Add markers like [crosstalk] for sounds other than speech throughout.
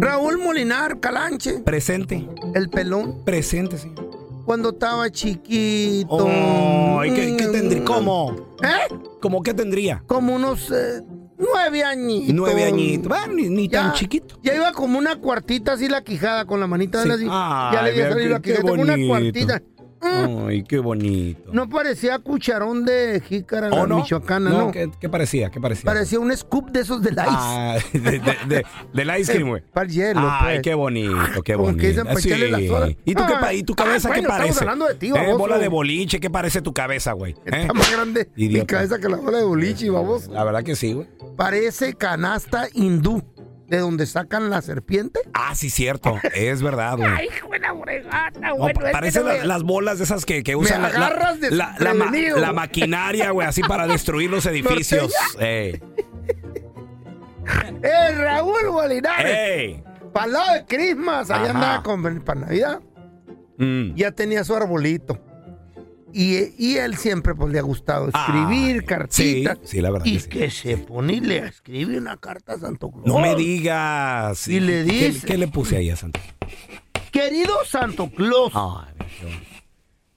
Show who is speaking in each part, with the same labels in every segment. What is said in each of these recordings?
Speaker 1: Raúl Molinar Calanche,
Speaker 2: Presente.
Speaker 1: el pelón,
Speaker 2: Presente, señor.
Speaker 1: cuando estaba chiquito.
Speaker 2: Ay, Oh, ¿qué, qué tendría?
Speaker 1: Mm,
Speaker 2: ¿Cómo?
Speaker 1: ¿Eh?
Speaker 2: ¿Cómo qué tendría?
Speaker 1: Como unos eh, nueve añitos.
Speaker 2: Nueve añitos. Bueno, ni, ni
Speaker 1: Ya-
Speaker 2: tan chiquito.
Speaker 1: Ya iba como una cuartita así la quijada con la manita
Speaker 2: Sí.
Speaker 1: de la
Speaker 2: Ay,
Speaker 1: Ya le iba
Speaker 2: vea
Speaker 1: a salir
Speaker 2: qué-
Speaker 1: la
Speaker 2: qué
Speaker 1: quijada. Como una
Speaker 2: bonito.
Speaker 1: cuartita. Mm,
Speaker 2: Ay, qué bonito.
Speaker 1: No parecía cucharón de jícara la michoacana, no.
Speaker 2: ¿Qué, qué parecía? ¿Qué parecía?
Speaker 1: Parecía un scoop de esos del ice.
Speaker 2: Ah, [laughs] de, de- de- del ice cream, güey.
Speaker 1: Para el hielo.
Speaker 2: Ay,
Speaker 1: pues.
Speaker 2: qué bonito, qué
Speaker 1: Como
Speaker 2: bonito.
Speaker 1: que dicen, pues, échale la soda.
Speaker 2: ¿Y, tú qué, pa-
Speaker 1: Ah,
Speaker 2: ¿Y tu cabeza
Speaker 1: ah,
Speaker 2: qué
Speaker 1: bueno, estamos
Speaker 2: parece?
Speaker 1: hablando de ti,
Speaker 2: Eh,
Speaker 1: baboso.
Speaker 2: bola de boliche, ¿qué parece tu cabeza, güey? ¿Eh?
Speaker 1: Está más [laughs] grande mi
Speaker 2: Idiota.
Speaker 1: cabeza que la bola de boliche, vamos.
Speaker 2: La verdad que sí, güey.
Speaker 1: Parece canasta hindú, de donde sacan la serpiente.
Speaker 2: Ah, sí, cierto. Es verdad,
Speaker 1: [laughs]
Speaker 2: güey. Ay, buena bregata, güey. Parecen las, las bolas de esas que, que usan. la- la-
Speaker 1: agarras
Speaker 2: la, la ma-
Speaker 1: desprevenido.
Speaker 2: la maquinaria, güey, así para
Speaker 1: [laughs]
Speaker 2: destruir los edificios. ¡Ey!
Speaker 1: ¡Eh, Raúl Bolinares!
Speaker 2: ¡Ey!
Speaker 1: Para el lado de Christmas, allá
Speaker 2: Ajá.
Speaker 1: andaba con, para Navidad.
Speaker 2: Mm.
Speaker 1: Ya tenía su arbolito. Y, y él siempre pues, le ha gustado escribir
Speaker 2: Ay,
Speaker 1: cartitas.
Speaker 2: Ah, sí, sí, la verdad
Speaker 1: Y
Speaker 2: que sí.
Speaker 1: que se pone y le escribe una carta a Santo Claus.
Speaker 2: No me digas.
Speaker 1: Y le
Speaker 2: ¿Qué-
Speaker 1: dice-
Speaker 2: ¿Qué, le puse ahí a Santa?
Speaker 1: Querido Santo Claus,
Speaker 2: Ay, qué bonito.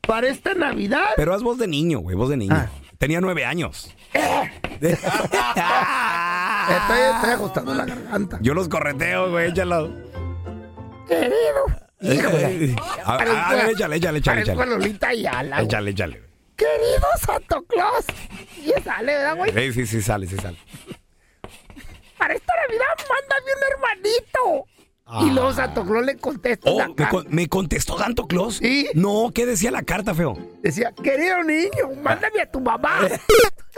Speaker 1: para esta Navidad
Speaker 2: Pero haz voz de niño, güey, voz de niño.
Speaker 1: Ah.
Speaker 2: Tenía
Speaker 1: [laughs]
Speaker 2: nueve años.
Speaker 1: Estoy, estoy ajustando la garganta.
Speaker 2: Yo los correteo, güey, échalo.
Speaker 1: Híjole.
Speaker 2: A- a- a ver, échale, échale, échale,
Speaker 1: Parezco a
Speaker 2: échale.
Speaker 1: Lolita Ayala, güey.
Speaker 2: Échale, échale. güey.
Speaker 1: Querido Santo Claus. Y sale, ¿verdad, güey?
Speaker 2: Sí, sí, sí, sale, sí, sale.
Speaker 1: Para esta Navidad, mándame un hermanito. Y luego Santo Claus le contesta
Speaker 2: Ah. Oh,
Speaker 1: una
Speaker 2: me,
Speaker 1: carta.
Speaker 2: con- me contestó Santo Claus.
Speaker 1: Sí.
Speaker 2: No, ¿qué decía la carta, feo?
Speaker 1: Decía, querido niño, mándame a tu
Speaker 2: [laughs]
Speaker 1: mamá.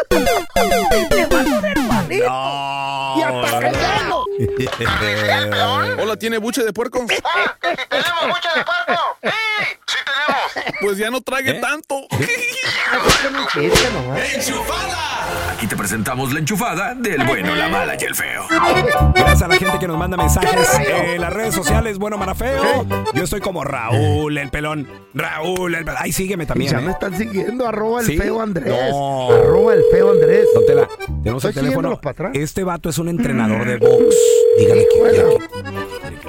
Speaker 1: le mando un hermanito.
Speaker 2: No.
Speaker 1: Y hasta que llego.
Speaker 3: Hola, ¿tiene buche de
Speaker 1: [laughs]
Speaker 3: puerco? ¡Tenemos buche de puerco! ¡Sí! ¡Sí tenemos! Pues ya no
Speaker 4: ¿Eh?
Speaker 3: trague tanto.
Speaker 1: Eso es un chiste nomás.
Speaker 5: Aquí te presentamos la enchufada del bueno, la mala y el feo.
Speaker 2: Gracias a la gente que nos manda mensajes en las redes sociales. Bueno, Marafeo. Yo estoy como Raúl, el pelón. Raúl, el pelón. Ay, sígueme también.
Speaker 1: Ya
Speaker 2: ¿eh?
Speaker 1: me están siguiendo, arroba el
Speaker 2: ¿Sí?
Speaker 1: feo Andrés.
Speaker 2: No.
Speaker 1: Arroba el este feo Andrés.
Speaker 2: Don Tela, tenemos
Speaker 1: Estoy
Speaker 2: el teléfono.
Speaker 1: siguiéndolos para atrás. Mm.
Speaker 2: Este vato es un entrenador de box. Dígale que.
Speaker 1: Híjole.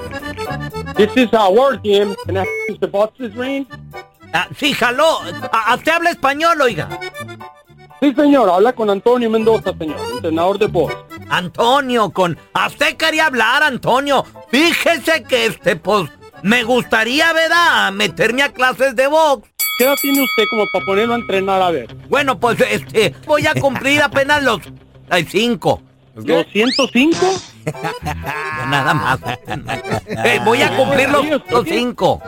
Speaker 6: This is our team. Can I use the boxes ring?
Speaker 7: Ah, sí, jaló. A- a- te habla español, oiga.
Speaker 6: Sí, señor. Habla con Antonio Mendoza, señor. Entrenador de box.
Speaker 7: Antonio, con... A usted quería hablar, Antonio. Fíjese que este, pues, me gustaría, ¿verdad? Meterme a clases de box.
Speaker 6: ¿Qué edad tiene usted como para ponerlo a entrenar? A ver.
Speaker 7: Bueno, pues, este, voy a cumplir apenas los... Hay cinco. [laughs]
Speaker 6: ¿205?
Speaker 7: Nada más. [laughs] Eh, voy
Speaker 8: Ah.
Speaker 7: a cumplir los, los cinco.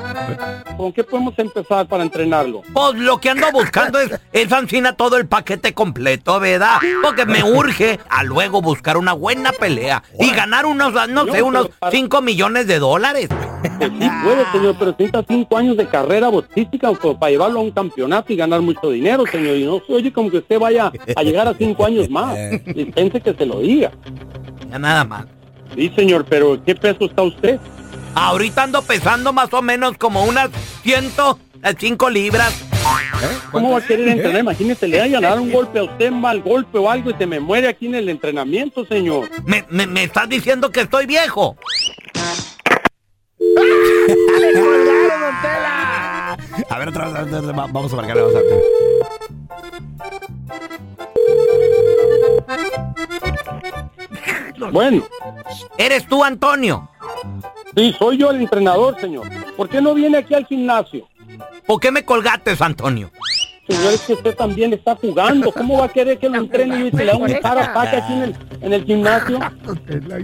Speaker 8: ¿Con qué podemos empezar para entrenarlo?
Speaker 7: Pues lo que ando buscando es, es Ancina todo el paquete completo, ¿verdad? Porque me urge a luego buscar una buena pelea y ganar unos, ah, no sé, unos 5 millones de dólares.
Speaker 8: Pues sí
Speaker 7: Ah.
Speaker 8: puede, señor, pero necesita cinco años de carrera botística como para llevarlo a un campeonato y ganar mucho dinero, señor. Y no se oye como que usted vaya a llegar a cinco años más. Dispense que se lo diga.
Speaker 7: Ya nada más.
Speaker 8: Sí, señor, pero ¿qué peso está usted?
Speaker 7: Ahorita ando pesando más o menos como unas 105 libras.
Speaker 8: ¿Cómo va a querer entrenar? Imagínese, le hayan dado un golpe a usted, mal golpe o algo, y se me muere aquí en el entrenamiento, señor.
Speaker 7: ¿Me, me, me estás diciendo que estoy viejo?
Speaker 2: A ver, otra vez, otra vez, va- vamos a marcar, vamos a marcar.
Speaker 8: Bueno.
Speaker 7: ¿Eres tú, Antonio?
Speaker 8: Sí, soy yo el entrenador, señor. ¿Por qué no viene aquí al gimnasio?
Speaker 7: ¿Por qué me colgaste, Antonio?
Speaker 8: Señor, es que usted también está jugando. ¿Cómo va a querer que lo entrene yo y se le da un ataque aquí en el, en el gimnasio?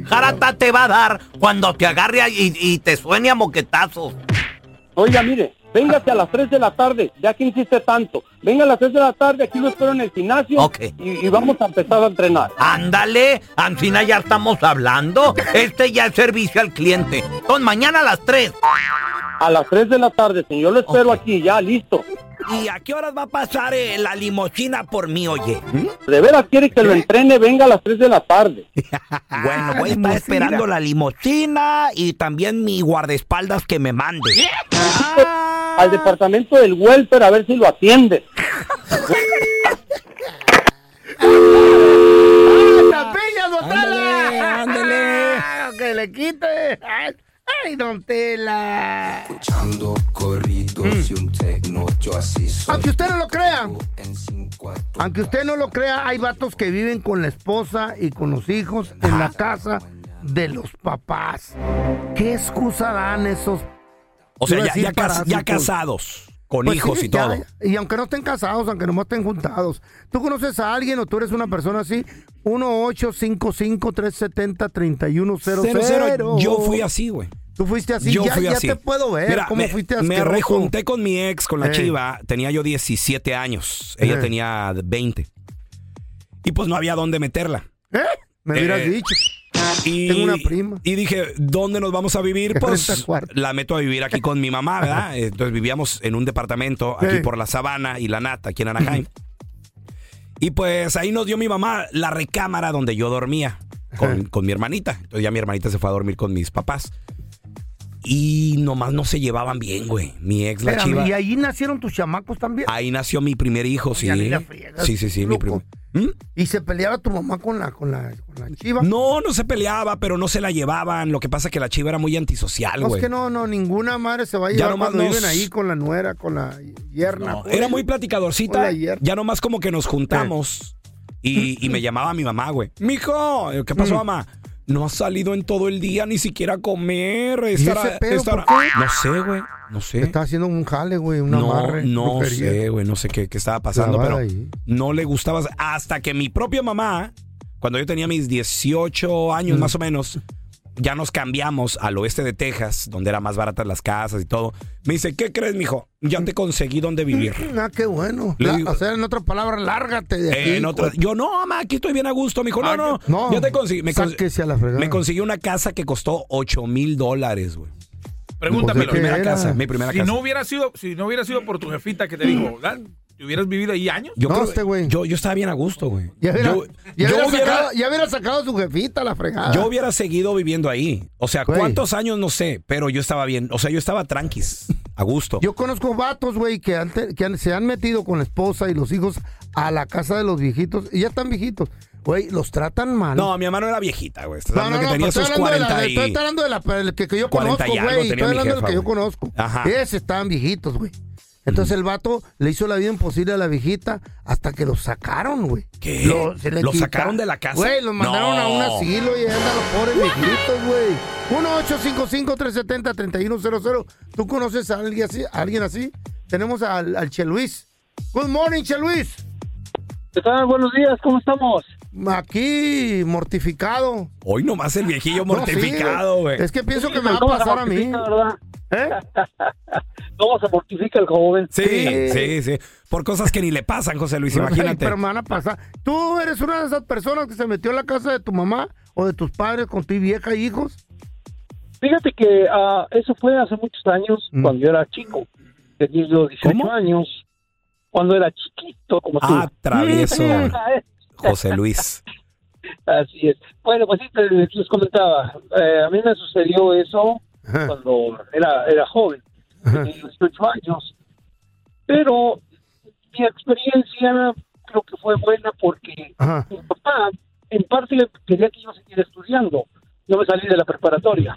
Speaker 7: Jarata te va a dar cuando te agarre a- y, y te suene a moquetazos.
Speaker 8: Oiga, mire, véngase a las 3 de la tarde, ya que insiste tanto. Venga a las 3 de la tarde, aquí lo espero en el gimnasio. Y, y vamos a empezar a entrenar.
Speaker 7: Ándale, Ancina ya estamos hablando. Este ya es servicio al cliente. Con mañana a las 3.
Speaker 8: A las 3 de la tarde, señor, lo espero aquí, ya, listo.
Speaker 7: ¿Y a qué horas va a pasar eh, la limosina por mí, oye?
Speaker 2: ¿Mm?
Speaker 8: De veras quiere que lo entrene, venga a las 3 de la tarde.
Speaker 7: [laughs] Bueno, voy
Speaker 2: pues,
Speaker 7: a estar esperando la limosina y también mi guardaespaldas que me mande.
Speaker 8: Al departamento del welfare a ver si lo atiende.
Speaker 1: ¡La peña, don Tela! [laughs] Ah, ¡Que le quite! Ay, ¡Ay, don Tela!
Speaker 9: Escuchando
Speaker 2: Mm.
Speaker 9: corridos y un tecno, yo así soy.
Speaker 2: Ah,
Speaker 1: Aunque usted no lo crea,
Speaker 9: En cinco a-
Speaker 1: aunque usted no lo crea, hay vatos que viven con la esposa y con los hijos en la casa de los papás. ¿Qué excusa dan esos?
Speaker 2: O sea,
Speaker 1: iba a
Speaker 2: ya,
Speaker 1: decir
Speaker 2: ya cas-
Speaker 1: parásitos?
Speaker 2: ya casados, con
Speaker 1: Pues
Speaker 2: hijos
Speaker 1: sí,
Speaker 2: y
Speaker 1: ya,
Speaker 2: todo.
Speaker 1: Y aunque no estén casados, aunque no estén juntados, ¿tú conoces a alguien o tú eres una persona así? 1-855-370-3100.
Speaker 2: Yo fui así, güey.
Speaker 1: Tú fuiste así,
Speaker 2: Yo
Speaker 1: ya,
Speaker 2: fui
Speaker 1: ya
Speaker 2: así.
Speaker 1: te puedo ver
Speaker 2: Mira,
Speaker 1: cómo
Speaker 2: me,
Speaker 1: fuiste así.
Speaker 2: Me rejunté con mi ex, con la
Speaker 1: Eh.
Speaker 2: chiva. Tenía yo 17 años. Ella
Speaker 1: Eh.
Speaker 2: tenía 20. Y pues no había dónde meterla.
Speaker 1: ¿Eh? Me hubieras
Speaker 2: Eh,
Speaker 1: dicho.
Speaker 2: Y,
Speaker 1: Tengo una prima.
Speaker 2: Y dije, ¿dónde nos vamos a vivir?
Speaker 1: Que
Speaker 2: Pues
Speaker 1: renta cuarto.
Speaker 2: la meto a vivir aquí con
Speaker 1: [laughs]
Speaker 2: mi mamá, ¿verdad? Entonces vivíamos en un departamento aquí
Speaker 1: Ey.
Speaker 2: por la Sabana y la Nata, aquí en Anaheim. y pues ahí nos dio mi mamá la recámara donde yo dormía con, con mi hermanita. Entonces ya mi hermanita se fue a dormir con mis papás. Y nomás no se llevaban bien, güey. Mi ex, la
Speaker 1: Espérame,
Speaker 2: chiva.
Speaker 1: y ahí nacieron tus chamacos también.
Speaker 2: Ahí nació mi primer hijo, sí.
Speaker 1: Ya ni la friegas,
Speaker 2: Sí, sí, sí, mi primer.
Speaker 1: Y se peleaba tu mamá con la, con la, con la chiva.
Speaker 2: No, no se peleaba, pero no se la llevaban. Lo que pasa es que la chiva era muy antisocial,
Speaker 1: No,
Speaker 2: güey.
Speaker 1: es Pues que no, no, ninguna madre se va a
Speaker 2: Ya
Speaker 1: llevar
Speaker 2: nomás
Speaker 1: cuando
Speaker 2: nos-
Speaker 1: viven ahí con la nuera, con la yerna.
Speaker 2: No,
Speaker 1: con-
Speaker 2: era muy platicadorcita.
Speaker 1: Hola, Eh. ayer.
Speaker 2: Ya nomás como que nos juntamos. Y, y me llamaba mi mamá, güey. Mijo, ¿qué pasó,
Speaker 1: Mm.
Speaker 2: mamá? No ha salido en todo el día ni siquiera a comer.
Speaker 1: ¿Y ese
Speaker 2: estará-
Speaker 1: pedo
Speaker 2: estará-
Speaker 1: por qué?
Speaker 2: No sé, güey. No sé.
Speaker 1: Está haciendo un jale, güey, un
Speaker 2: No,
Speaker 1: amarre.
Speaker 2: no
Speaker 1: brujería.
Speaker 2: sé, güey. No sé qué, qué estaba pasando,
Speaker 1: Clavada
Speaker 2: pero
Speaker 1: ahí.
Speaker 2: no le gustaba. Hasta que mi propia mamá, cuando yo tenía mis 18 años
Speaker 1: Mm.
Speaker 2: más o menos, ya nos cambiamos al oeste de Texas, donde eran más baratas las casas y todo. Me dice, ¿qué crees, mijo?
Speaker 1: Mm.
Speaker 2: Ya te conseguí dónde vivir.
Speaker 1: Ah, qué bueno.
Speaker 2: Le
Speaker 1: La-
Speaker 2: digo-
Speaker 1: o sea, en otras palabras, lárgate de
Speaker 2: Eh,
Speaker 1: aquí.
Speaker 2: en otra-
Speaker 1: hijo.
Speaker 2: yo no, mamá, aquí estoy bien a gusto, mijo. No,
Speaker 1: Ah,
Speaker 2: no,
Speaker 1: no.
Speaker 2: Yo te conseguí. Me, cons-
Speaker 1: Sáquese a la fregada.
Speaker 2: me conseguí una casa que costó 8 mil dólares, güey.
Speaker 10: Pregúntame,
Speaker 2: Mi primera casa, mi primera
Speaker 10: si
Speaker 2: casa. Mm.
Speaker 10: No hubiera sido, si no hubiera sido por tu jefita que te dijo, Dan, ¿te hubieras vivido ahí años?
Speaker 2: Yo,
Speaker 1: No,
Speaker 2: creo-
Speaker 1: este güey.
Speaker 2: yo, yo estaba bien a gusto, güey.
Speaker 1: Ya hubiera,
Speaker 2: yo-
Speaker 1: ya
Speaker 2: yo
Speaker 1: hubiera
Speaker 2: hubiera-
Speaker 1: sacado, ya hubiera sacado a su jefita a la fregada.
Speaker 2: Yo hubiera seguido viviendo ahí. O sea,
Speaker 1: Güey.
Speaker 2: ¿cuántos años? No sé, pero yo estaba bien. O sea, yo estaba tranquis, a gusto.
Speaker 1: Yo conozco vatos, güey, que, antes- que han- se han metido con la esposa y los hijos a la casa de los viejitos. Y ya están viejitos. Güey, los tratan mal.
Speaker 2: no, mi mamá no era viejita, Ah, güey. Estás
Speaker 1: No,
Speaker 2: hablando
Speaker 1: no,
Speaker 2: que
Speaker 1: no,
Speaker 2: tenía
Speaker 1: pero estoy
Speaker 2: sus
Speaker 1: hablando de
Speaker 2: 40
Speaker 1: la,
Speaker 2: y...
Speaker 1: estoy hablando de la el que, que yo
Speaker 2: 40
Speaker 1: conozco,
Speaker 2: y algo
Speaker 1: güey.
Speaker 2: tenía
Speaker 1: Estoy
Speaker 2: mi
Speaker 1: hablando del
Speaker 2: jefa,
Speaker 1: que yo
Speaker 2: güey.
Speaker 1: conozco.
Speaker 2: Ajá.
Speaker 1: Ese estaban viejitos, güey. Entonces el vato le hizo la vida imposible a la viejita hasta que los sacaron, güey.
Speaker 2: ¿Qué?
Speaker 1: Lo, se le
Speaker 2: ¿Los
Speaker 1: quita-
Speaker 2: sacaron de la casa?
Speaker 1: Güey, los mandaron
Speaker 2: No.
Speaker 1: a un asilo y ahí andan los pobres viejitos, güey. 1-855-370-3100. ¿Tú conoces a alguien así? a alguien así? Tenemos al, al Che Luis. Good morning, Che Luis.
Speaker 8: ¿Qué tal? Buenos días, ¿cómo estamos?
Speaker 1: Aquí mortificado.
Speaker 2: Hoy nomás el
Speaker 1: [laughs]
Speaker 2: viejillo
Speaker 1: No, sí,
Speaker 2: mortificado, güey. Pues
Speaker 1: es que pienso que me va a
Speaker 6: pues,
Speaker 1: pasar a mí.
Speaker 6: ¿Eh? [laughs] ¿Cómo se mortifica el joven?
Speaker 2: Sí, sí, sí. Por cosas que ni le pasan, José Luis,
Speaker 1: Ay,
Speaker 2: imagínate.
Speaker 1: Pero me van a pasar. ¿Tú eres una de esas personas que se metió en la casa de tu mamá o de tus padres con tu vieja y hijos?
Speaker 6: Fíjate que ah, eso fue hace muchos años,
Speaker 2: Mm.
Speaker 6: cuando yo era chico. Tenía yo 18 años. Cuando era chiquito, como tú.
Speaker 2: Ah, travieso. José Luis.
Speaker 6: [laughs] Así es. Bueno, pues sí, te- les comentaba. eh, a mí me sucedió eso cuando era, era joven, tenía 18 años. Pero mi experiencia creo que fue buena porque
Speaker 1: [laughs]
Speaker 6: mi papá, Ah, en parte, quería que yo siguiera estudiando. Yo me salí de la preparatoria.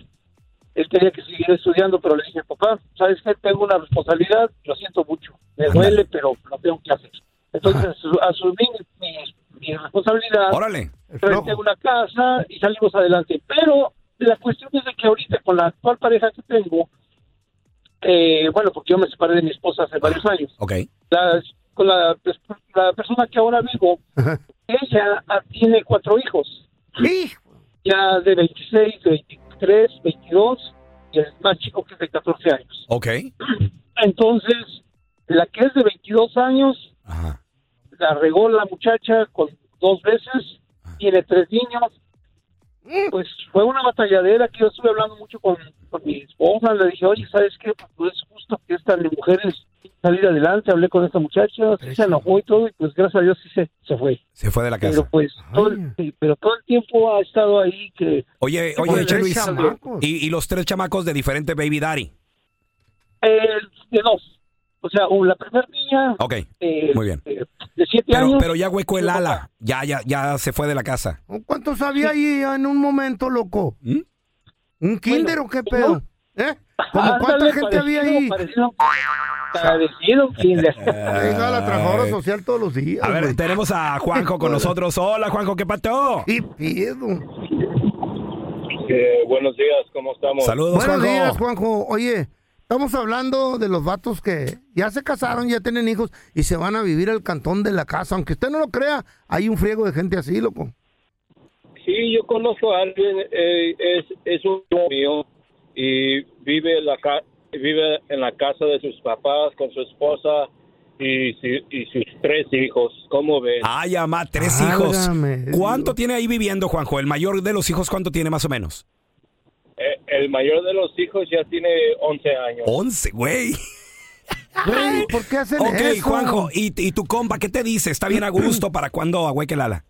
Speaker 6: Él quería que siguiera estudiando, pero le dije, papá, ¿sabes qué? Tengo una responsabilidad, lo siento mucho. Me duele, pero lo tengo que hacer. Entonces asu- asumí mi, mi responsabilidad.
Speaker 2: Órale.
Speaker 6: Renté una casa y salimos adelante. Pero la cuestión es de que ahorita con la actual pareja que tengo, eh, bueno, porque yo me separé de mi esposa hace varios años.
Speaker 2: Ok.
Speaker 6: La- con la, la persona que ahora vivo, ella ah, tiene cuatro hijos. Ya de 26, 23, 22 y el más chico que es de 14 años.
Speaker 2: Ok.
Speaker 6: Entonces, la que es de 22 años, la regó la muchacha con dos veces, tiene tres niños. Pues fue una batalladera que yo estuve hablando mucho con, con mi esposa. Le dije, oye, ¿sabes qué? Pues no es justo que estas mujeres salir adelante. Hablé con esta muchacha, sí se enojó y todo, y pues gracias a Dios sí se, se fue.
Speaker 2: Se fue de la casa.
Speaker 6: Pero pues, todo el- sí, pero todo el tiempo ha estado ahí que...
Speaker 2: Oye,
Speaker 6: que
Speaker 2: oye,
Speaker 6: tres
Speaker 2: José Luis.
Speaker 6: chamacos.
Speaker 2: Y, y los tres chamacos de diferente Baby Daddy.
Speaker 6: Eh, de dos. O sea, un- la primera niña
Speaker 2: Ok.
Speaker 6: eh,
Speaker 2: Muy bien.
Speaker 6: de siete
Speaker 2: Pero,
Speaker 6: años...
Speaker 2: pero ya hueco el ala. Ya, ya, ya se fue de la casa.
Speaker 1: ¿Cuánto sabía ahí en un momento, loco?
Speaker 2: ¿Mm?
Speaker 1: ¿Un kinder o qué pedo? ¿Eh? ¿Cómo
Speaker 6: Ándale,
Speaker 1: cuánta gente había ahí?
Speaker 6: parecido, parecido, kinder.
Speaker 1: [laughs] Venga, la trabajadora social todos los días.
Speaker 2: A ver,
Speaker 1: güey.
Speaker 2: tenemos a
Speaker 1: [laughs]
Speaker 2: Juanjo con nosotros. Hola, Juanjo, ¿qué pato?
Speaker 1: ¡Qué miedo!
Speaker 11: Eh, buenos días, ¿cómo estamos?
Speaker 1: Buenos días, Juanjo. Oye, estamos hablando de los vatos que ya se casaron, ya tienen hijos y se van a vivir al cantón de la casa. Aunque usted no lo crea, hay un friego de gente así, loco.
Speaker 11: Sí, yo conozco a alguien, eh, es, es un amigo mío y vive en, la ca- vive en la casa de sus papás con su esposa y, si- y sus tres hijos. ¿Cómo ven?
Speaker 2: Ay, ama, tres hijos. ¿Cuánto tiene ahí viviendo, Juanjo? El mayor de los hijos, ¿cuánto tiene más o menos?
Speaker 11: Eh, el mayor de los hijos ya tiene 11 años.
Speaker 2: Once, güey.
Speaker 1: Güey, ¿por qué hacen
Speaker 2: Ok,
Speaker 1: eso?
Speaker 2: Juanjo, ¿y, y tu compa qué te dice? ¿Está bien
Speaker 1: [clears throat]
Speaker 2: a gusto? ¿Para cuándo ahueque el ala?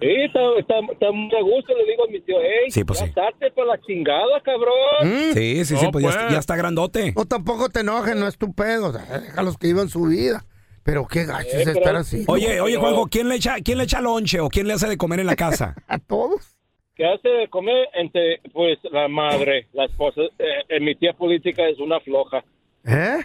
Speaker 11: Sí, está, está, está muy a gusto, le digo a mi tío, hey,
Speaker 2: Sí, pues
Speaker 11: ya
Speaker 2: sí.
Speaker 11: tarde para la chingada,
Speaker 1: Mm.
Speaker 11: cabrón.
Speaker 2: Sí, sí, sí, pues, ya, está, ya está grandote.
Speaker 1: O tampoco te enojes, no es tu pedo. O sea, déjalos que iban su vida. Pero qué gacho es estar así.
Speaker 2: Oye, oye, Juanjo, ¿quién le echa, quién le echa lonche o quién le hace de comer en la casa?
Speaker 1: [laughs] A todos.
Speaker 11: ¿Qué hace de comer? Entre, pues la madre, la esposa. Eh, eh, mi tía política es una floja.
Speaker 1: ¿Eh?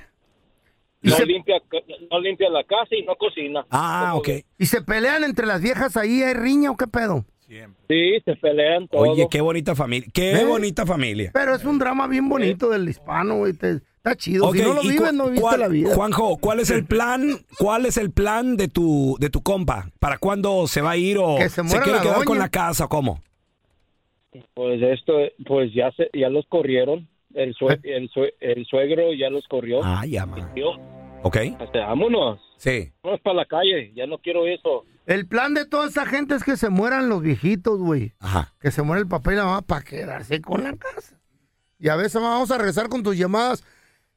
Speaker 11: No, limpia, no limpia la casa y no cocina.
Speaker 2: Ah, ok.
Speaker 1: ¿Y se pelean entre las viejas ahí? ¿Hay riña o qué pedo?
Speaker 11: Sí, se pelean todos.
Speaker 2: Oye, qué bonita familia. Qué
Speaker 1: ¿Eh?
Speaker 2: bonita familia.
Speaker 1: Pero es un drama bien bonito del hispano, güey. te- Está chido.
Speaker 2: Ok,
Speaker 1: si no lo
Speaker 2: ¿y
Speaker 1: vives,
Speaker 2: cu-
Speaker 1: no viviste
Speaker 2: cuál-
Speaker 1: la vida.
Speaker 2: Juanjo, ¿cuál
Speaker 1: [laughs]
Speaker 2: es el plan? ¿Cuál es el plan de tu de tu compa? ¿Para cuándo se va a ir o
Speaker 11: Que se
Speaker 2: se,
Speaker 11: muera
Speaker 2: quiere
Speaker 11: la
Speaker 2: quedar
Speaker 11: doña.
Speaker 2: con la casa o cómo?
Speaker 11: Pues esto, pues ya se, ya los corrieron. El, sue- el, sue- el suegro ya los corrió.
Speaker 2: Ah, Eh. ya, man.
Speaker 11: Mi tío,
Speaker 2: ¿Ok?
Speaker 11: hasta vámonos.
Speaker 2: Sí.
Speaker 11: Vámonos para la calle. Ya no quiero eso.
Speaker 1: El plan de toda esa gente es que se mueran los viejitos, güey. Que se muera el papá y la mamá para quedarse con la casa. Y a veces vamos a regresar con tus llamadas.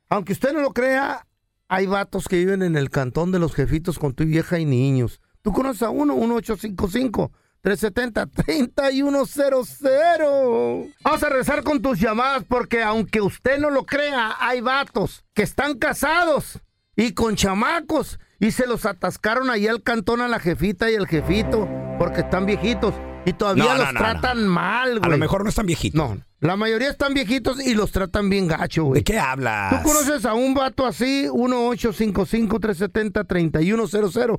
Speaker 1: Aunque usted no lo crea, hay vatos que viven en el cantón de los jefitos con tu vieja y niños. Tú conoces a uno, 1855-370-3100. Vamos a regresar con tus llamadas porque aunque usted no lo crea, hay vatos que están casados y con chamacos y se los atascaron ahí al cantón a la jefita y al jefito porque están viejitos y todavía
Speaker 2: No, no,
Speaker 1: los
Speaker 2: no, no.
Speaker 1: tratan mal, güey.
Speaker 2: A lo mejor no están viejitos.
Speaker 1: No, la mayoría están viejitos y los tratan bien gacho, güey. ¿De
Speaker 2: qué hablas?
Speaker 1: ¿Tú conoces a un vato así? 1-855-370-3100.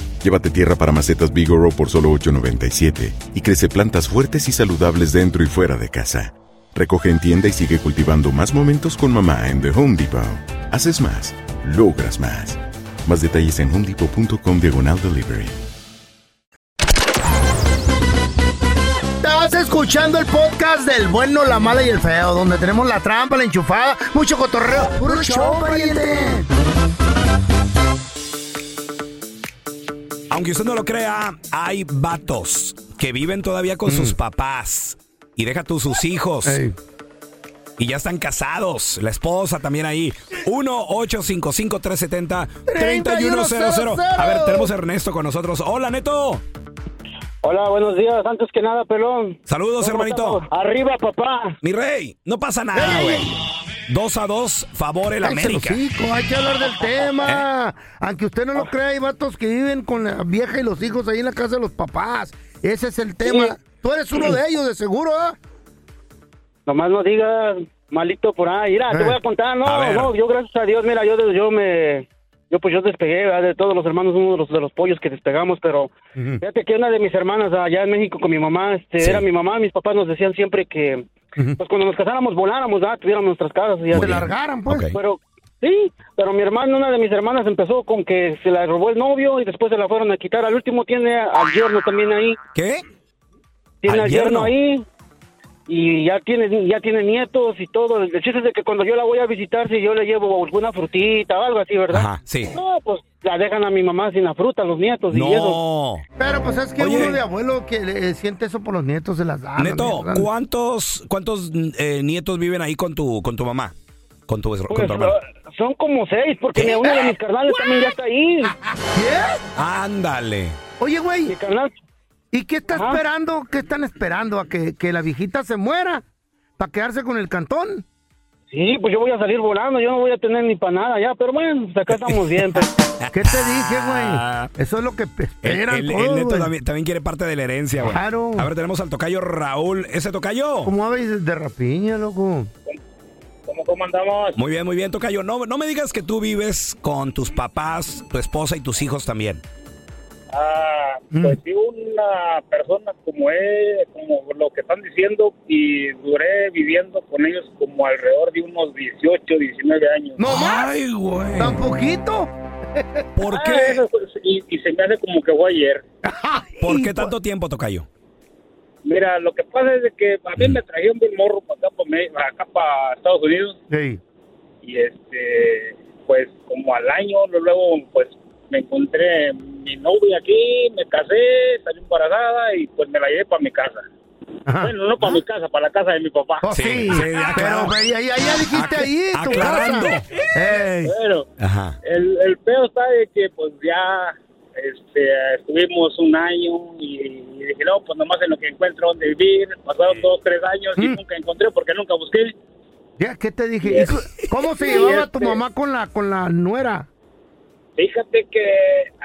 Speaker 12: Llévate tierra para macetas Bigoro por solo $8.97 y crece plantas fuertes y saludables dentro y fuera de casa. Recoge en tienda y sigue cultivando más momentos con mamá en The Home Depot. Haces más, logras más. Más detalles en homedepot.com diagonal delivery.
Speaker 1: Estás escuchando el podcast del bueno, la mala y el feo, donde tenemos la trampa, la enchufada, mucho cotorreo. ¡Puro show, pariente!
Speaker 2: Aunque usted no lo crea, hay vatos que viven todavía con sus papás. Y deja tú sus hijos. Y ya están casados. La esposa también ahí. 1-855-370-3100. A ver, tenemos a Ernesto con nosotros. Hola, Neto.
Speaker 13: Hola, buenos días. Antes que nada, pelón.
Speaker 2: Saludos,
Speaker 13: ¿Cómo
Speaker 2: hermanito.
Speaker 13: estamos? Arriba, papá.
Speaker 2: Mi rey, no pasa nada, güey. 2 a 2, favor el
Speaker 1: Cállese el
Speaker 2: América. Eh, Oh.
Speaker 1: hocico, hay que hablar del tema. Aunque usted no lo crea, hay vatos que viven con la vieja y los hijos ahí en la casa de los papás. Ese es el tema. Tú eres uno de ellos, de seguro, ¿ah?
Speaker 13: Nomás ah, no digas malito por ahí. Mira, te
Speaker 1: Eh.
Speaker 13: voy a contar. No,
Speaker 1: A ver.
Speaker 13: no, yo gracias a Dios, mira, yo, yo me... Yo pues yo despegué ¿verdad? de todos los hermanos, uno de los, de los pollos que despegamos, pero fíjate que una de mis hermanas allá en México con mi mamá, este,
Speaker 10: Sí.
Speaker 13: era mi mamá, mis papás nos decían siempre que pues cuando nos casáramos voláramos, ¿verdad? tuviéramos nuestras casas y ya se
Speaker 1: largaran, pues.
Speaker 13: Pero sí, pero mi hermano, una de mis hermanas empezó con que se la robó el novio y después se la fueron a quitar. Al último tiene al yerno también ahí.
Speaker 2: ¿Qué?
Speaker 13: Tiene
Speaker 2: ¿Al
Speaker 13: al
Speaker 2: yerno?
Speaker 13: yerno ahí y ya tiene ya tiene nietos y todo. El chiste es de que cuando yo la voy a visitar si yo le llevo alguna frutita o algo así, ¿verdad?
Speaker 2: Ajá, sí.
Speaker 13: No, pues la dejan a mi mamá sin la fruta los nietos y eso.
Speaker 1: Pero pues es que
Speaker 13: Oye.
Speaker 1: uno de abuelo que eh, siente eso por los nietos se las da. los
Speaker 2: Neto,
Speaker 1: nietos, la-
Speaker 2: ¿cuántos, cuántos eh, nietos viven ahí con tu, con tu mamá? Con tu, con
Speaker 13: Pues,
Speaker 2: tu hermano.
Speaker 13: uh, son como seis, porque mi- uno de mis carnales también ya está ahí.
Speaker 2: Ándale.
Speaker 1: Oye, güey. ¿Y qué está esperando? ¿Qué están esperando? ¿A que, que la viejita se muera? ¿Para quedarse con el cantón?
Speaker 13: Sí, pues yo voy a salir volando, yo no voy a tener ni para nada ya, pero bueno, pues acá estamos bien. pues.
Speaker 1: [laughs] ¿Qué te dije,
Speaker 2: Ah.
Speaker 1: güey? Eso es lo que
Speaker 2: El,
Speaker 1: esperan
Speaker 2: el- el
Speaker 1: todos,
Speaker 2: Neto
Speaker 1: güey.
Speaker 2: también, también quiere parte de la herencia, güey.
Speaker 1: Claro.
Speaker 2: A ver, tenemos al tocayo Raúl. ¿Ese tocayo?
Speaker 1: ¿Cómo habéis de rapiña, loco?
Speaker 13: ¿Cómo andamos?
Speaker 2: Muy bien, muy bien, tocayo. No, no me digas que tú vives con tus papás, tu esposa y tus hijos también.
Speaker 10: Ah,
Speaker 2: Mm.
Speaker 10: pues sí, una persona como es, como lo que están diciendo, y duré viviendo con ellos como alrededor de unos 18, 19 años.
Speaker 1: ¡No
Speaker 10: más!
Speaker 2: ¡Ay, güey!
Speaker 1: ¿Tan poquito?
Speaker 2: ¿Por
Speaker 10: qué? Ah, pues, y, y se me hace como que fue ayer.
Speaker 2: ¿Por qué tanto tiempo, tocayo?
Speaker 10: Mira, lo que pasa es de que a mí me trajeron del morro para acá, para, Me- acá para Estados Unidos. y este pues como al año luego pues me encontré mi novia aquí me casé salí embarazada y pues me la llevé para mi casa bueno no para mi casa para la casa de mi papá
Speaker 1: Oh, sí, Ah, pero güey, ahí, ahí ya dijiste ahí, tu casa.
Speaker 10: Bueno,
Speaker 2: Ajá.
Speaker 10: el, el peor está de que pues ya este, estuvimos un año y, y dije, no, pues nomás en lo que encuentro donde vivir. Pasaron dos, tres años y nunca encontré porque nunca busqué.
Speaker 1: Mm. Ya, ¿qué te dije? ¿Y cu- ¿Cómo se llevaba
Speaker 13: este-
Speaker 1: tu mamá con la con la nuera?
Speaker 10: Fíjate que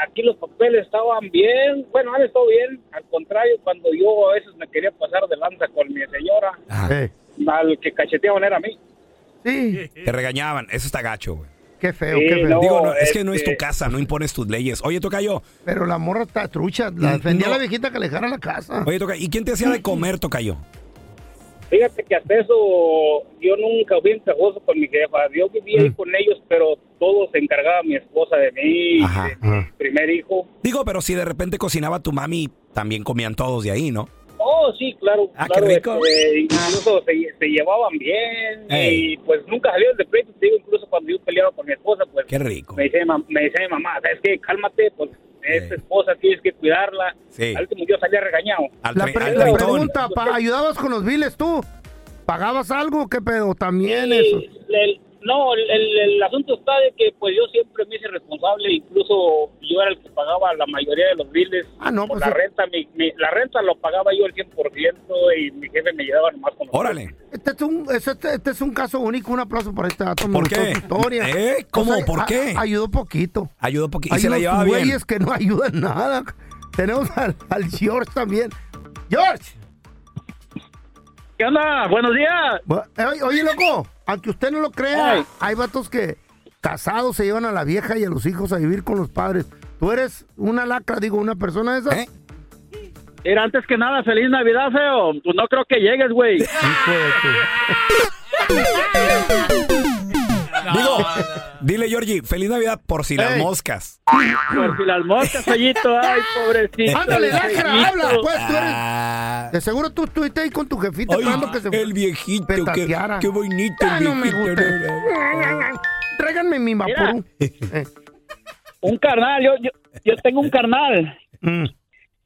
Speaker 10: aquí los papeles estaban bien, bueno, han estado bien. Al contrario, cuando yo a veces me quería pasar de lanza con mi señora,
Speaker 1: Eh,
Speaker 10: al que cacheteaban era a mí.
Speaker 1: Sí.
Speaker 2: Te regañaban. Eso está gacho, güey.
Speaker 1: Qué feo, qué feo.
Speaker 2: Digo, no, es que no es
Speaker 13: este-
Speaker 2: tu casa, no impones tus leyes. Oye, tocayo.
Speaker 1: Pero la morra está trucha. La defendía
Speaker 2: no.
Speaker 1: a la viejita que le dejara la casa.
Speaker 2: Oye, tocayo. ¿Y quién te hacía de comer, tocayo?
Speaker 10: Fíjate que hasta eso yo nunca fui encajoso con mi jefa. Yo vivía
Speaker 2: Mm.
Speaker 10: ahí con ellos, pero todo se encargaba mi esposa de mí, de mi primer hijo.
Speaker 2: Digo, pero si de repente cocinaba tu mami, también comían todos de ahí, ¿no?
Speaker 10: Oh, sí, claro.
Speaker 2: Ah,
Speaker 10: claro,
Speaker 2: qué rico.
Speaker 10: este, incluso se, se llevaban bien
Speaker 2: Ey.
Speaker 10: y pues nunca salieron de pleito. Te digo, incluso cuando yo peleaba con mi esposa, pues
Speaker 2: Qué rico.
Speaker 10: me dice, mam- me dice mi mamá, ¿sabes qué? Cálmate, pues es esposa, tienes que cuidarla.
Speaker 1: Sí.
Speaker 10: Al último yo salía regañado.
Speaker 1: La, pre- la pregunta, pa, ¿ayudabas con los biles tú? ¿Pagabas algo? ¿Qué pedo? También eso.
Speaker 10: Sí, el- no, el, el- el asunto está de que pues yo siempre me hice responsable, incluso yo era el que pagaba la mayoría de los biles.
Speaker 1: Ah, no,
Speaker 10: Por
Speaker 1: pues
Speaker 10: la
Speaker 1: sí.
Speaker 10: renta, mi- mi- la renta lo pagaba yo el 100% y mi jefe me llevaba nomás con los
Speaker 2: Órale.
Speaker 1: Este es, un, este- este- este es un caso único, un aplauso para este dato.
Speaker 2: ¿Por qué?
Speaker 1: Historia.
Speaker 2: ¿Eh? ¿Cómo? ¿Por
Speaker 1: a-
Speaker 2: qué?
Speaker 1: ayudó poquito.
Speaker 2: Ayudó porque
Speaker 1: Hay
Speaker 2: y se la
Speaker 1: unos
Speaker 2: llevaba bien.
Speaker 1: güeyes que no ayudan nada. Tenemos al, al George también. ¡George!
Speaker 6: ¿Qué onda? Buenos días.
Speaker 1: oye, loco, aunque usted no lo crea,
Speaker 6: Ey.
Speaker 1: hay vatos que casados se llevan a la vieja y a los hijos a vivir con los padres. ¿Tú eres una lacra, digo, una persona de
Speaker 2: ¿Eh?
Speaker 1: esas?
Speaker 6: Mira, antes que nada, feliz Navidad, feo. Pues no creo que llegues, güey.
Speaker 2: Digo, dile, Georgie, feliz Navidad por si las
Speaker 6: Ey.
Speaker 2: moscas.
Speaker 6: Por si las moscas, Fellito. Ay, pobrecito.
Speaker 1: Ándale, lacra,
Speaker 6: Fellito.
Speaker 1: habla, pues, tú eres... De seguro tú estuviste ahí con tu jefita
Speaker 2: Ay,
Speaker 1: esperando que se
Speaker 2: Ah. el viejito, qué,
Speaker 1: petateara.
Speaker 2: qué bonito
Speaker 1: Ah,
Speaker 2: el
Speaker 1: no me
Speaker 2: viejito.
Speaker 1: gusta. Tráiganme mi vapor.
Speaker 6: [laughs] Un carnal, yo, yo, yo tengo un carnal.
Speaker 1: Mm.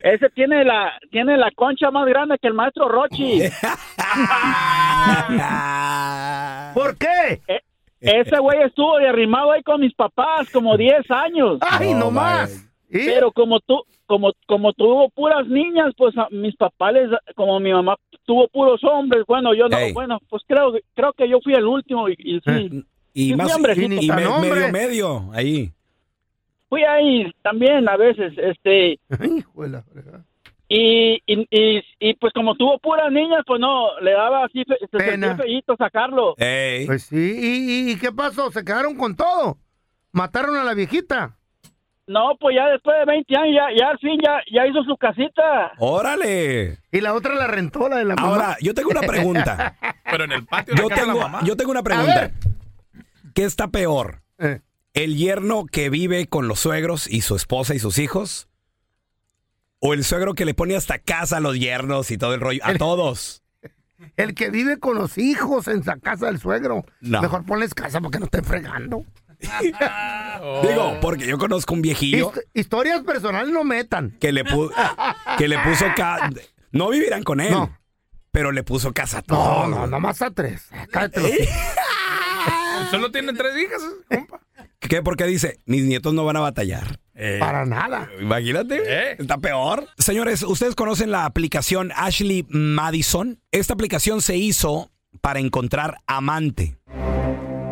Speaker 6: Ese tiene la, tiene la concha más grande que el maestro Rochi.
Speaker 1: [laughs] ¿Por qué?
Speaker 6: E, ese güey estuvo de arrimado ahí con mis papás como 10 años.
Speaker 1: ¡Ay, no más!
Speaker 6: Pero como tú, como, como tuvo puras niñas, pues a mis papás, les, como mi mamá tuvo puros hombres, bueno, yo no,
Speaker 2: Ey.
Speaker 6: bueno, pues creo, creo que yo fui el último y, y sí.
Speaker 1: Mm.
Speaker 2: [laughs] Y
Speaker 6: Sí,
Speaker 2: más
Speaker 6: hombre,
Speaker 2: y,
Speaker 6: sí,
Speaker 2: y
Speaker 6: tan
Speaker 2: me-
Speaker 6: hombre.
Speaker 2: medio medio ahí.
Speaker 6: Fui ahí también a veces, este, y, y, y, y, pues como tuvo puras niñas, pues no, le daba así, fe- se sentía feíto sacarlo.
Speaker 1: Pues sí, ¿Y, y- y qué pasó? ¿Se quedaron con todo? ¿Mataron a la viejita?
Speaker 6: No, pues ya después de 20 años, ya, ya al fin, ya, ya hizo su casita.
Speaker 2: Órale.
Speaker 1: Y la otra la rentó, la de la mamá.
Speaker 2: Ahora, yo tengo
Speaker 1: [laughs]
Speaker 2: una pregunta.
Speaker 3: Pero en el patio de
Speaker 2: Yo
Speaker 3: la casa de la
Speaker 2: tengo,
Speaker 3: mamá.
Speaker 2: yo tengo una pregunta. ¿Qué está peor?
Speaker 1: Eh.
Speaker 2: ¿El yerno que vive con los suegros y su esposa y sus hijos? ¿O el suegro que le pone hasta casa a los yernos y todo el rollo? A todos.
Speaker 1: El que vive con los hijos en la casa del suegro.
Speaker 2: No.
Speaker 1: Mejor ponles casa porque no estén fregando.
Speaker 2: Oh. Digo, porque yo conozco un viejillo
Speaker 1: Hist- historias personales no metan.
Speaker 2: que le, pu- que le puso casa. No vivirán con él, pero le puso casa a
Speaker 1: No,
Speaker 2: todos. Eh.
Speaker 1: no, nomás a tres. Cállate los-
Speaker 3: Solo tienen tres hijas.
Speaker 2: ¿Qué? Porque dice, mis nietos no van a batallar.
Speaker 1: Para nada. Eh.
Speaker 2: Imagínate, está peor. Señores, ¿ustedes conocen la aplicación Ashley Madison? Esta aplicación se hizo para encontrar amante.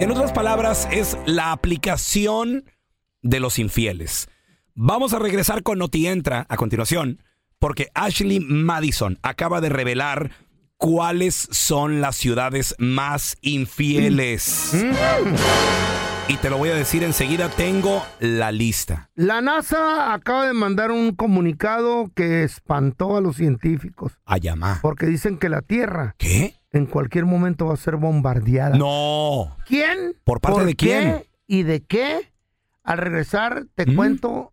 Speaker 2: En otras palabras, es la aplicación de los infieles. Vamos a regresar con Noti Entra a continuación, porque Ashley Madison acaba de revelar cuáles son las ciudades más infieles.
Speaker 1: Mm.
Speaker 2: Y te lo voy a decir enseguida, tengo la lista.
Speaker 1: La NASA acaba de mandar un comunicado que espantó a los científicos.
Speaker 2: A llamar.
Speaker 1: Porque dicen que la Tierra.
Speaker 2: ¿Qué?
Speaker 1: En cualquier momento va a ser bombardeada.
Speaker 2: No.
Speaker 1: ¿Quién?
Speaker 2: ¿Por parte de
Speaker 1: qué
Speaker 2: quién? ¿Mm?
Speaker 1: ¿Y de qué? Al regresar te cuento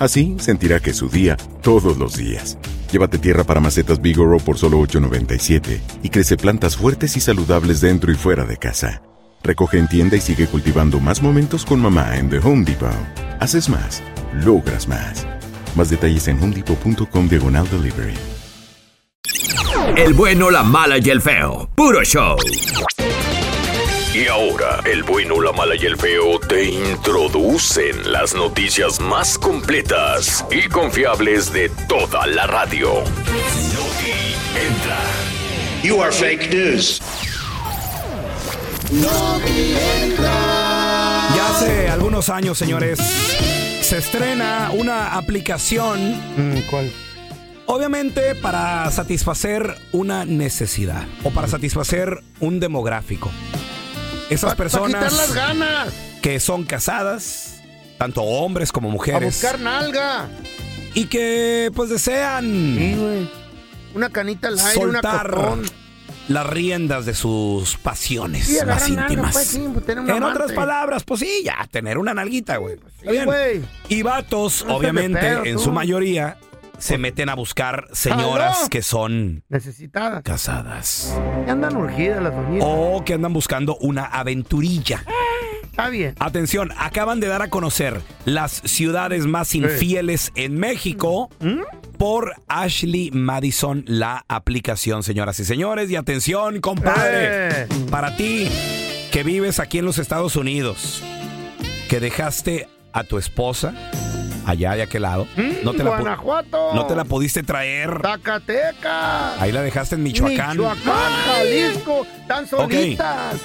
Speaker 12: Así sentirá que es su día todos los días. Llévate tierra para macetas Bigoro por solo $8.97 y crece plantas fuertes y saludables dentro y fuera de casa. Recoge en tienda y sigue cultivando más momentos con mamá en The Home Depot. Haces más, logras más. Más detalles en homedepot.com diagonal delivery.
Speaker 4: El bueno, la mala y el feo. Puro show. Y ahora, el bueno, la mala y el feo te introducen las noticias más completas y confiables de toda la radio.
Speaker 14: You are fake news.
Speaker 2: Ya hace algunos años, señores, se estrena una aplicación.
Speaker 1: Mm, ¿Cuál?
Speaker 2: Obviamente para satisfacer una necesidad o para satisfacer un demográfico. Esas
Speaker 1: Para quitar las
Speaker 2: personas
Speaker 1: ganas.
Speaker 2: que son casadas, tanto hombres como
Speaker 1: A
Speaker 2: mujeres,
Speaker 1: buscar nalga.
Speaker 2: y que pues desean
Speaker 1: Una canita al aire, una
Speaker 2: soltar
Speaker 1: cotón.
Speaker 2: las riendas de sus pasiones
Speaker 1: Sí,
Speaker 2: más
Speaker 1: agarrar nalga,
Speaker 2: íntimas.
Speaker 1: pues, sí, pues, tener un
Speaker 2: En
Speaker 1: amante.
Speaker 2: otras palabras, pues sí, ya, tener una nalguita, güey. Está bien. Y vatos,
Speaker 1: No
Speaker 2: obviamente,
Speaker 1: seas de pedo,
Speaker 2: en
Speaker 1: tú. Pues-
Speaker 2: su mayoría, se meten a buscar señoras
Speaker 1: Aló.
Speaker 2: que son
Speaker 1: Ah, necesitadas,
Speaker 2: casadas.
Speaker 1: Ya andan urgidas las doñitas.
Speaker 2: O que andan buscando una aventurilla.
Speaker 1: Está bien.
Speaker 2: Atención, acaban de dar a conocer las ciudades más infieles en México
Speaker 1: ¿Mm?
Speaker 2: por Ashley Madison, la aplicación, señoras y señores. Y atención,
Speaker 1: Eh.
Speaker 2: compadre, para ti que vives aquí en los Estados Unidos, que dejaste a tu esposa allá de aquel lado, no, te la pu-
Speaker 1: Mm, Guanajuato.
Speaker 2: no te la pudiste traer,
Speaker 1: Zacatecas.
Speaker 2: ahí la dejaste en Michoacán.
Speaker 1: Michoacán, Jalisco. Tan
Speaker 2: Ok.
Speaker 1: solitas.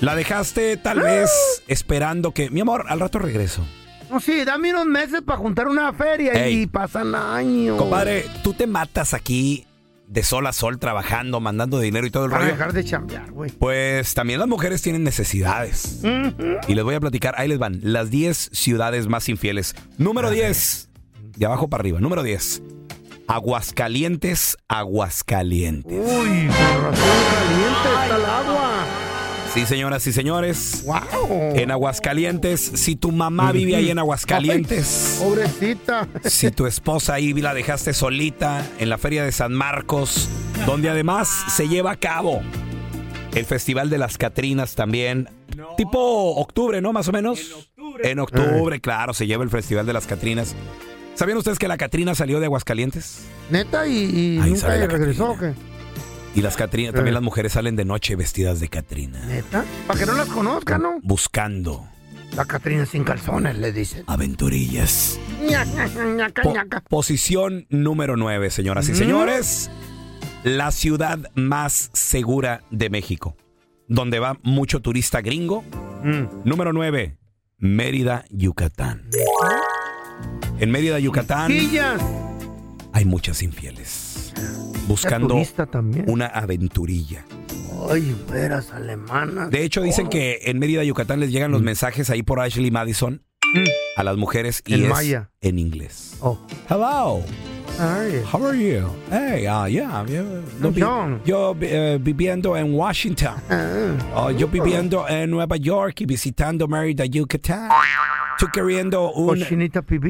Speaker 2: La dejaste
Speaker 1: Ah.
Speaker 2: tal vez esperando que, mi amor, al rato regreso.
Speaker 1: No, sí, dame unos meses para juntar una feria
Speaker 2: Ey.
Speaker 1: y pasan años.
Speaker 2: Compadre, tú te matas aquí de sol a sol trabajando, mandando dinero y todo el
Speaker 1: Para
Speaker 2: rollo.
Speaker 1: dejar de chambear, güey.
Speaker 2: Pues también las mujeres tienen necesidades. Y les voy a platicar, ahí les van, las 10 ciudades más infieles. Número 10, de abajo para arriba, número 10. Aguascalientes, Aguascalientes.
Speaker 1: Uy, con razón caliente está el agua.
Speaker 2: Sí, señoras y señores. En Aguascalientes, si tu mamá vive ahí en Aguascalientes.
Speaker 1: Ay, pobrecita.
Speaker 2: Si tu esposa ahí la dejaste solita en la feria de San Marcos, donde además se lleva a cabo el Festival de las Catrinas también. Tipo octubre, ¿no? Más o menos. En octubre. claro, se lleva el Festival de las Catrinas. ¿Sabían ustedes que la Catrina salió de Aguascalientes?
Speaker 1: Neta, y, y
Speaker 2: Ahí
Speaker 1: nunca
Speaker 2: sale la
Speaker 1: regresó, ¿o qué?
Speaker 2: Y las
Speaker 1: Eh.
Speaker 2: Catrinas, también las mujeres salen de noche vestidas de Catrina,
Speaker 1: Neta. Para que no las conozcan, ¿no?
Speaker 2: buscando
Speaker 1: La Catrina sin calzones, [laughs] le dicen.
Speaker 2: aventurillas.
Speaker 1: Ñaca, ñaca,
Speaker 2: Po-
Speaker 1: ñaca.
Speaker 2: Posición número 9, señoras y
Speaker 1: Mm.
Speaker 2: señores. La ciudad más segura de México, donde va mucho turista gringo.
Speaker 1: Mm.
Speaker 2: Número 9, Mérida, Yucatán. En Mérida, Yucatán,
Speaker 1: Sillas.
Speaker 2: hay muchas infieles buscando
Speaker 1: turista también.
Speaker 2: una aventurilla.
Speaker 1: Ay, veras alemanas.
Speaker 2: De hecho, dicen que en Mérida, Yucatán les
Speaker 1: Mm.
Speaker 2: llegan los mensajes ahí por Ashley Madison a las mujeres y
Speaker 1: En
Speaker 2: es
Speaker 1: Mm. maya.
Speaker 2: en inglés.
Speaker 1: Oh.
Speaker 2: Hello. How are you? Hey, ah, yeah, yeah, no vi- yo vi- eh, viviendo en Washington.
Speaker 1: Eh,
Speaker 2: Ah, yo viviendo en Nueva York y visitando Mérida, Yucatán. Tú queriendo un,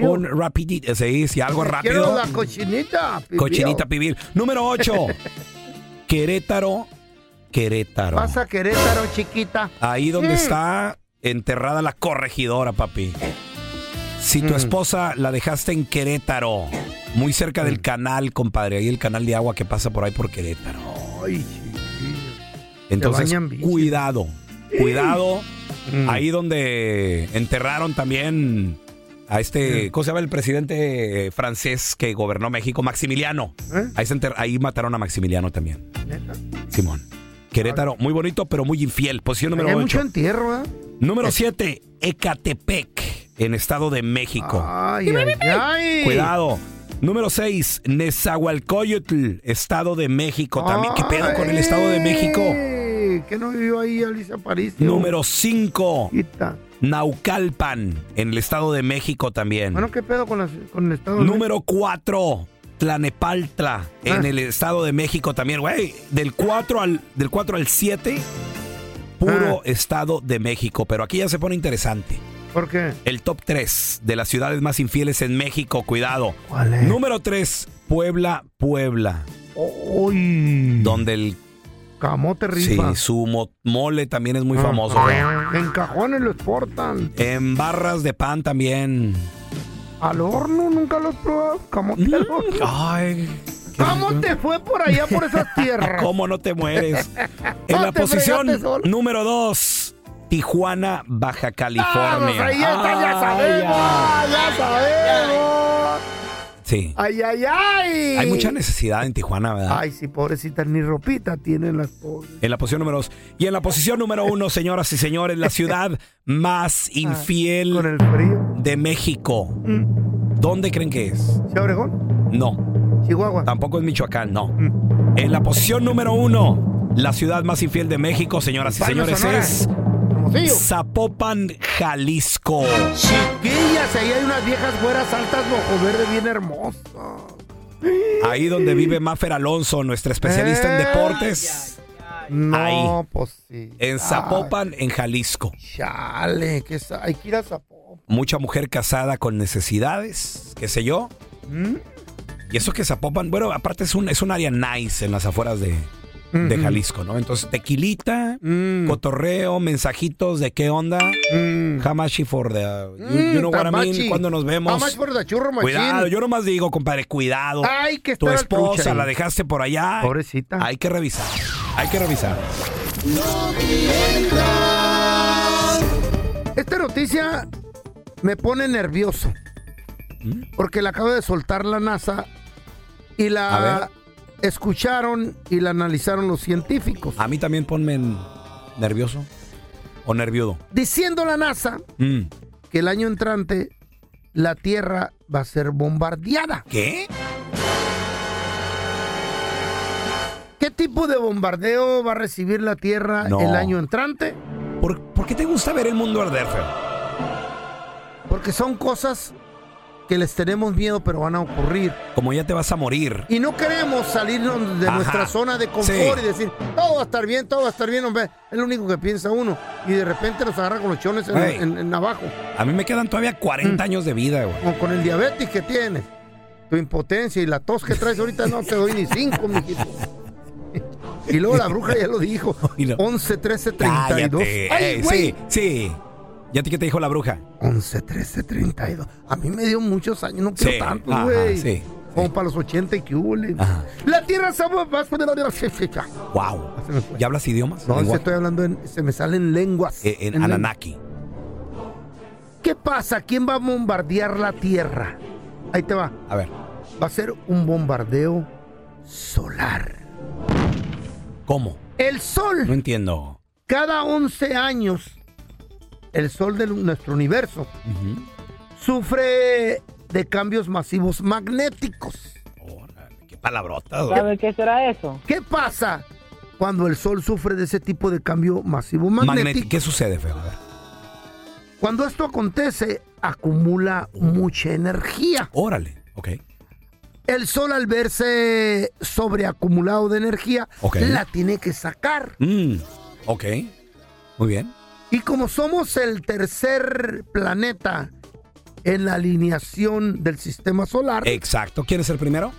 Speaker 2: un rapidito, sí, sí, algo
Speaker 1: Quiero
Speaker 2: rápido.
Speaker 1: la cochinita. pipió.
Speaker 2: Cochinita pibil. Número [laughs] 8. Querétaro, Querétaro.
Speaker 1: Vas a Querétaro, chiquita.
Speaker 2: Ahí donde
Speaker 1: Mm.
Speaker 2: está enterrada la corregidora, papi. Si
Speaker 1: Mm.
Speaker 2: tu esposa la dejaste en Querétaro, muy cerca
Speaker 1: Mm.
Speaker 2: del canal, compadre, ahí el canal de agua que pasa por ahí por Querétaro. Entonces,
Speaker 1: bañan bichos.
Speaker 2: cuidado, cuidado.
Speaker 1: Mm.
Speaker 2: Ahí donde enterraron también a
Speaker 1: Mm.
Speaker 2: este, ¿cómo se llama el presidente francés que gobernó México? Maximiliano.
Speaker 1: ¿Eh?
Speaker 2: Ahí, se enter- ahí mataron a Maximiliano también.
Speaker 1: ¿Neta?
Speaker 2: Simón. Querétaro, muy bonito, pero muy infiel. pues Posición
Speaker 1: Hay
Speaker 2: número
Speaker 1: mucho
Speaker 2: 8.
Speaker 1: entierro, ¿eh?
Speaker 2: Número 7, Ecatepec, en Estado de México.
Speaker 1: Ay, ay, ay.
Speaker 2: Cuidado. Número 6, Nezahualcóyotl, Estado de México. También, ¿qué pedo con el Estado de México?
Speaker 1: Ey, ¿Qué no vivió ahí Alicia París?
Speaker 2: Número 5, Naucalpan, en el Estado de México también.
Speaker 1: Bueno, ¿qué pedo con, las- con el Estado de
Speaker 2: Número 4, Tlanepaltla,
Speaker 1: Ah.
Speaker 2: en el Estado de México también, güey. Del 4 al del 4 al 7,
Speaker 1: Ah.
Speaker 2: puro Estado de México, pero aquí ya se pone interesante.
Speaker 1: ¿Por qué?
Speaker 2: El top 3 de las ciudades más infieles en México, cuidado. Número 3, Puebla, Puebla,
Speaker 1: Uy.
Speaker 2: donde el
Speaker 1: Camote
Speaker 2: sí,
Speaker 1: rifa.
Speaker 2: su mo- mole también es muy famoso. güey.
Speaker 1: Ah, En cajones lo exportan.
Speaker 2: En barras de
Speaker 1: [laughs]
Speaker 2: pan también.
Speaker 1: Al horno nunca lo he probado. Camote
Speaker 2: Mm,
Speaker 1: al horno.
Speaker 2: Ay.
Speaker 1: ¿Cómo te fue por
Speaker 2: [laughs]
Speaker 1: allá, por esas tierras?
Speaker 2: ¿Cómo no te mueres?
Speaker 1: [laughs]
Speaker 2: En
Speaker 1: No
Speaker 2: la
Speaker 1: te
Speaker 2: posición
Speaker 1: fregaste
Speaker 2: número 2, Tijuana, Baja
Speaker 1: Vamos,
Speaker 2: California.
Speaker 1: Ah, pues ahí está, ya sabemos, ya sabemos.
Speaker 2: Sí.
Speaker 1: Ay, ay, ay.
Speaker 2: Hay mucha necesidad en Tijuana, ¿verdad?
Speaker 1: Ay, sí, pobrecita, ni ropita tienen las pobres.
Speaker 2: En la posición número dos. Y en la posición
Speaker 1: [laughs]
Speaker 2: número uno, señoras y señores, la ciudad
Speaker 1: Ah,
Speaker 2: más infiel de México. ¿Dónde creen que es?
Speaker 1: Obregón?
Speaker 2: No.
Speaker 1: Chihuahua. Mm.
Speaker 2: Tampoco es Michoacán, no. En la posición número uno, la ciudad más infiel de México, señoras y
Speaker 1: Palmas,
Speaker 2: señores, es
Speaker 1: Hermosillo.
Speaker 2: Zapopan, Jalisco.
Speaker 1: Chiquillas, ahí hay unas viejas güeras altas, ojo verde, bien hermosas.
Speaker 2: Ahí donde vive Mafer Alonso, nuestra especialista en
Speaker 1: Eh.
Speaker 2: deportes.
Speaker 1: No,
Speaker 2: Ahí.
Speaker 1: pues sí.
Speaker 2: En Zapopan, en Jalisco.
Speaker 1: Chale, que sa- hay que ir a Zapopan.
Speaker 2: Mucha mujer casada con necesidades, qué sé yo.
Speaker 1: ¿Mm?
Speaker 2: Y eso que Zapopan, bueno, aparte es un, es un área nice en las afueras de, de
Speaker 1: Ujú. Mm.
Speaker 2: Jalisco, ¿no? Entonces, tequilita, cotorreo, mensajitos de qué onda. How much for the, you, you know what I mean, cuando nos vemos.
Speaker 1: Vamos Mm, por la churro, machín.
Speaker 2: Cuidado, yo nomás digo, compadre, cuidado.
Speaker 1: Ay, que
Speaker 2: tu
Speaker 1: estar al trucha
Speaker 2: esposa
Speaker 1: ahí.
Speaker 2: la dejaste por allá. Pobrecita. Hay que revisar. Hay que revisar.
Speaker 1: Esta noticia me pone nervioso.
Speaker 2: ¿Mm?
Speaker 1: Porque la acaba de soltar la NASA y
Speaker 2: A
Speaker 1: la escucharon y la analizaron los científicos.
Speaker 2: A mí también ponme en- nervioso o nerviudo.
Speaker 1: Diciendo la NASA
Speaker 2: Mm.
Speaker 1: que el año entrante la Tierra va a ser bombardeada.
Speaker 2: ¿Qué?
Speaker 1: ¿Qué tipo de bombardeo va a recibir la Tierra
Speaker 2: No.
Speaker 1: el año entrante?
Speaker 2: ¿Por, qué te gusta ver el mundo arder,
Speaker 1: Porque son cosas que les tenemos miedo, pero van a ocurrir.
Speaker 2: Como ya te vas a morir.
Speaker 1: Y no queremos salirnos de
Speaker 2: Ajá.
Speaker 1: nuestra zona de confort
Speaker 2: Sí.
Speaker 1: y decir, todo va a estar bien, todo va a estar bien, hombre. Es lo único que piensa uno. Y de repente nos agarra con los chones en,
Speaker 2: Ey.
Speaker 1: en- en abajo.
Speaker 2: A mí me quedan todavía
Speaker 1: Mm.
Speaker 2: 40 años de vida, güey.
Speaker 1: O con el diabetes que tienes, tu impotencia y la tos que traes ahorita, no te doy ni cinco, mijito. Y luego
Speaker 2: [laughs]
Speaker 1: la bruja ya lo dijo. 11, 13, 32.
Speaker 2: Cállate.
Speaker 1: ¡Ay,
Speaker 2: Eh,
Speaker 1: güey!
Speaker 2: sí, sí. ¿Ya te, qué te dijo la bruja?
Speaker 1: 11, 13, 32. A mí me dio muchos años, no quiero
Speaker 2: Sí,
Speaker 1: tanto,
Speaker 2: ajá,
Speaker 1: güey.
Speaker 2: sí,
Speaker 1: Como para los 80 y que hule. La tierra se va a poner la tierra.
Speaker 2: Wow.
Speaker 1: Ah,
Speaker 2: ¿Ya hablas idiomas?
Speaker 1: No,
Speaker 2: Lenguaje.
Speaker 1: se estoy hablando en, se me salen lenguas.
Speaker 2: Eh, en
Speaker 1: En lengua.
Speaker 2: Anunnaki.
Speaker 1: ¿Qué pasa? ¿Quién va a bombardear la tierra? Ahí te va.
Speaker 2: A ver.
Speaker 1: Va a ser un bombardeo solar.
Speaker 2: ¿Cómo?
Speaker 1: El sol.
Speaker 2: No entiendo.
Speaker 1: Cada 11 años, el sol de nuestro universo sufre de cambios masivos magnéticos.
Speaker 2: Qué palabrota, güey.
Speaker 1: ¿Sabe qué será eso? ¿Qué pasa cuando el sol sufre de ese tipo de cambio masivo
Speaker 2: Magnético.
Speaker 1: magnético?
Speaker 2: ¿Qué sucede, Fer? A ver.
Speaker 1: Cuando esto acontece, acumula mucha energía.
Speaker 2: Órale, ok.
Speaker 1: El sol al verse sobreacumulado de energía,
Speaker 2: Ok.
Speaker 1: la tiene que sacar.
Speaker 2: Mm, ok. Muy bien.
Speaker 1: Y como somos el tercer planeta en la alineación del sistema solar,
Speaker 2: Exacto. ¿Quién es el primero?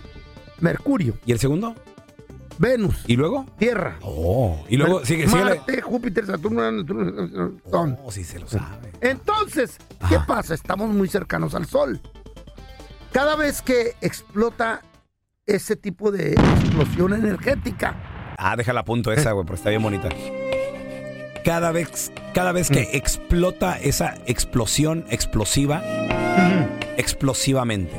Speaker 1: Mercurio.
Speaker 2: ¿Y el segundo?
Speaker 1: Venus.
Speaker 2: ¿Y luego?
Speaker 1: Tierra.
Speaker 2: Oh, y luego
Speaker 1: Mer-
Speaker 2: sigue, sigue. Oh,
Speaker 1: Marte, Júpiter, Saturno, Neptuno, Plutón.
Speaker 2: sí se lo sabe.
Speaker 1: Entonces, ¿qué pasa? Estamos muy cercanos al Sol. Cada vez que explota ese tipo de explosión energética,
Speaker 2: Ah, déjala a punto esa, güey, porque está bien bonita. Cada vez, cada vez que
Speaker 1: Mm.
Speaker 2: explota esa explosión explosiva, explosivamente.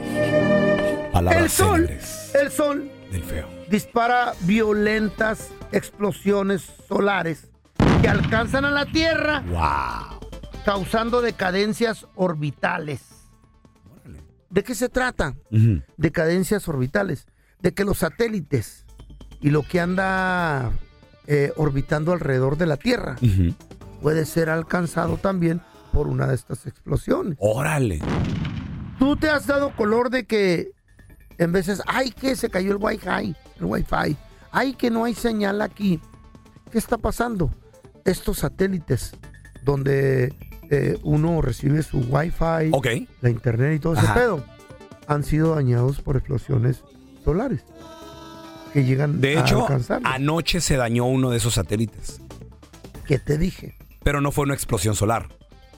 Speaker 2: Palabras
Speaker 1: el Sol,
Speaker 2: célebres
Speaker 1: el Sol
Speaker 2: del feo.
Speaker 1: dispara violentas explosiones solares que alcanzan a la Tierra,
Speaker 2: Wow.
Speaker 1: causando decadencias orbitales. ¿De qué se trata? decadencias orbitales, de que los satélites y lo que anda eh, orbitando alrededor de la Tierra puede ser alcanzado también por una de estas explosiones.
Speaker 2: Órale.
Speaker 1: ¿Tú te has dado color de que en veces, ay, que se cayó el Wi-Fi, el Wi-Fi, ay, que no hay señal aquí? ¿Qué está pasando? Estos satélites donde eh, uno recibe su Wi-Fi, la internet y todo ese
Speaker 2: Ajá.
Speaker 1: pedo, han sido dañados por explosiones solares que llegan
Speaker 2: De
Speaker 1: a
Speaker 2: hecho,
Speaker 1: alcanzar.
Speaker 2: anoche se dañó uno de esos satélites.
Speaker 1: ¿Qué te dije?
Speaker 2: Pero no fue una explosión solar.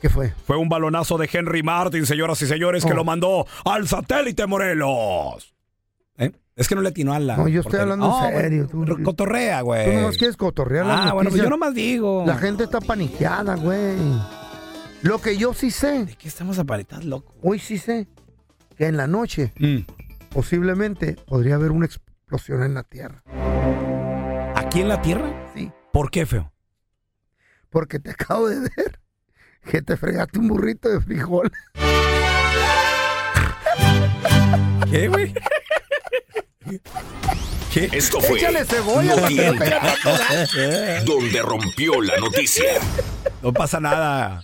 Speaker 1: ¿Qué fue?
Speaker 2: Fue un balonazo de
Speaker 1: Oh.
Speaker 2: Henry Martin, señoras y señores, que lo mandó al satélite Morelos. ¿Eh? Es que no le atinó a la.
Speaker 1: No, yo estoy
Speaker 2: portería.
Speaker 1: hablando
Speaker 2: Oh,
Speaker 1: en
Speaker 2: bueno,
Speaker 1: serio. Tú,
Speaker 2: cotorrea, güey.
Speaker 1: Tú nomás quieres cotorrear las
Speaker 2: Ah, bueno, pues
Speaker 1: noticias.
Speaker 2: yo nomás digo.
Speaker 1: La gente está paniqueada, güey. Lo que yo sí sé. ¿De
Speaker 2: qué estamos aparentados, loco?
Speaker 1: Hoy sí sé que en la noche, posiblemente, podría haber una explosión en la Tierra.
Speaker 2: ¿Aquí en la Tierra?
Speaker 1: Sí.
Speaker 2: ¿Por qué, feo?
Speaker 1: Porque te acabo de [laughs] ver que te fregaste un burrito de frijol.
Speaker 2: ¿Qué, güey?
Speaker 4: Esto fue
Speaker 1: Échale cebolla, güey,
Speaker 4: Notienda,
Speaker 1: pero pégate
Speaker 4: donde rompió la noticia.
Speaker 2: No pasa nada.